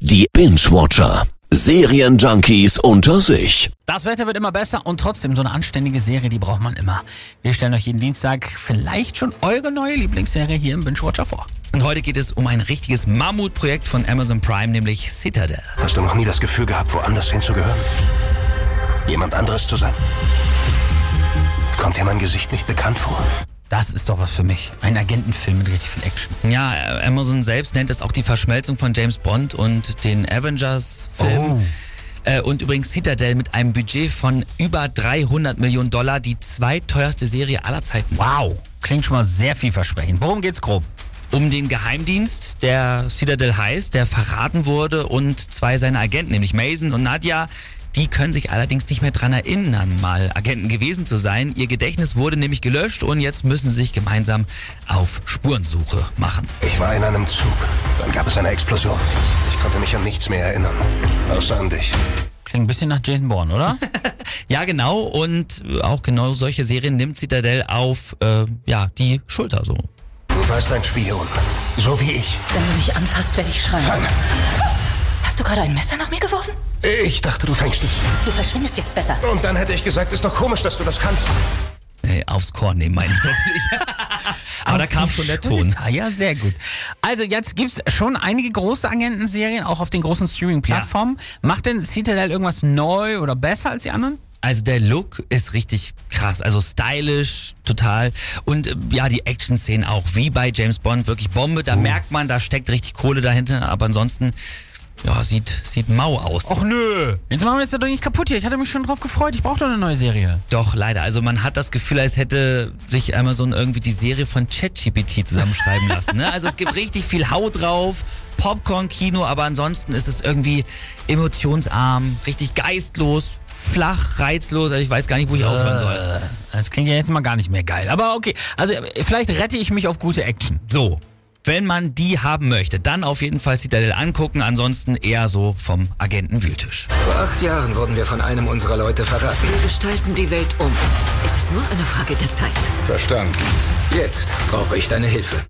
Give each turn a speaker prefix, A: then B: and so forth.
A: Die Binge-Watcher. Serienjunkies unter sich.
B: Das Wetter wird immer besser und trotzdem so eine anständige Serie, die braucht man immer. Wir stellen euch jeden Dienstag vielleicht schon eure neue Lieblingsserie hier im Binge Watcher vor.
C: Und heute geht es um ein richtiges Mammutprojekt von Amazon Prime, nämlich Citadel.
D: Hast du noch nie das Gefühl gehabt, woanders hinzugehören? Jemand anderes zu sein? Kommt dir mein Gesicht nicht bekannt vor?
B: Das ist doch was für mich. Ein Agentenfilm mit richtig viel Action.
C: Ja, äh, Amazon selbst nennt es auch die Verschmelzung von James Bond und den Avengers-Filmen. Äh, Und übrigens Citadel mit einem Budget von über 300 Millionen Dollar, die zweiteuerste Serie aller Zeiten.
B: Wow, klingt schon mal sehr vielversprechend. Worum geht's grob?
C: Um den Geheimdienst, der Citadel heißt, der verraten wurde und zwei seiner Agenten, nämlich Mason und Nadja, die können sich allerdings nicht mehr dran erinnern, mal Agenten gewesen zu sein. Ihr Gedächtnis wurde nämlich gelöscht und jetzt müssen sie sich gemeinsam auf Spurensuche machen.
D: Ich war in einem Zug. Dann gab es eine Explosion. Ich konnte mich an nichts mehr erinnern. Außer an dich.
B: Klingt ein bisschen nach Jason Bourne, oder?
C: Ja, genau. Und auch genau solche Serien nimmt Citadel auf äh, ja, die Schulter so.
D: Du warst ein Spion. So wie ich.
E: Wenn du mich anfasst, werde ich schreien.
F: Halt.
D: Fang.
E: Hast du gerade ein Messer nach mir geworfen?
D: Ich dachte, du fängst es.
E: Du verschwindest jetzt besser.
D: Und dann hätte ich gesagt, ist doch komisch, dass du das kannst.
C: Nee, Äh, aufs Korn nehmen meine ich natürlich. Aber da
B: Auf
C: kam
B: die
C: schon der Ton.
B: Schulter. Ja, sehr gut. Also jetzt gibt's schon einige große Agentenserien, auch auf den großen Streaming-Plattformen. Macht denn Citadel irgendwas neu oder besser als die anderen?
C: Also der Look ist richtig krass, also stylisch total und äh, ja, die Action-Szenen auch, wie bei James Bond, wirklich Bombe,
B: Oh.
C: da merkt man, da steckt richtig Kohle dahinter, aber ansonsten, ja, sieht, sieht mau aus.
B: Och nö, jetzt machen wir das doch nicht kaputt hier. Ich hatte mich schon drauf gefreut. Ich brauche doch eine neue Serie.
C: Doch, leider. Also man hat das Gefühl, als hätte sich Amazon irgendwie die Serie von ChatGPT zusammenschreiben lassen. Ne? Also es gibt richtig viel Haut drauf, Popcorn-Kino, aber ansonsten ist es irgendwie emotionsarm, richtig geistlos, flach, reizlos. Also ich weiß gar nicht, wo ich aufhören soll.
B: Äh, Das klingt ja jetzt mal gar nicht mehr geil. Aber okay, also äh, vielleicht rette ich mich auf gute Action.
C: So, wenn man die haben möchte, dann auf jeden Fall Citadel angucken. Ansonsten eher so vom Agenten-Wühltisch.
G: Vor acht Jahren wurden wir von einem unserer Leute verraten.
F: Wir gestalten die Welt um. Es ist nur eine Frage der Zeit.
D: Verstanden.
G: Jetzt brauche ich deine Hilfe.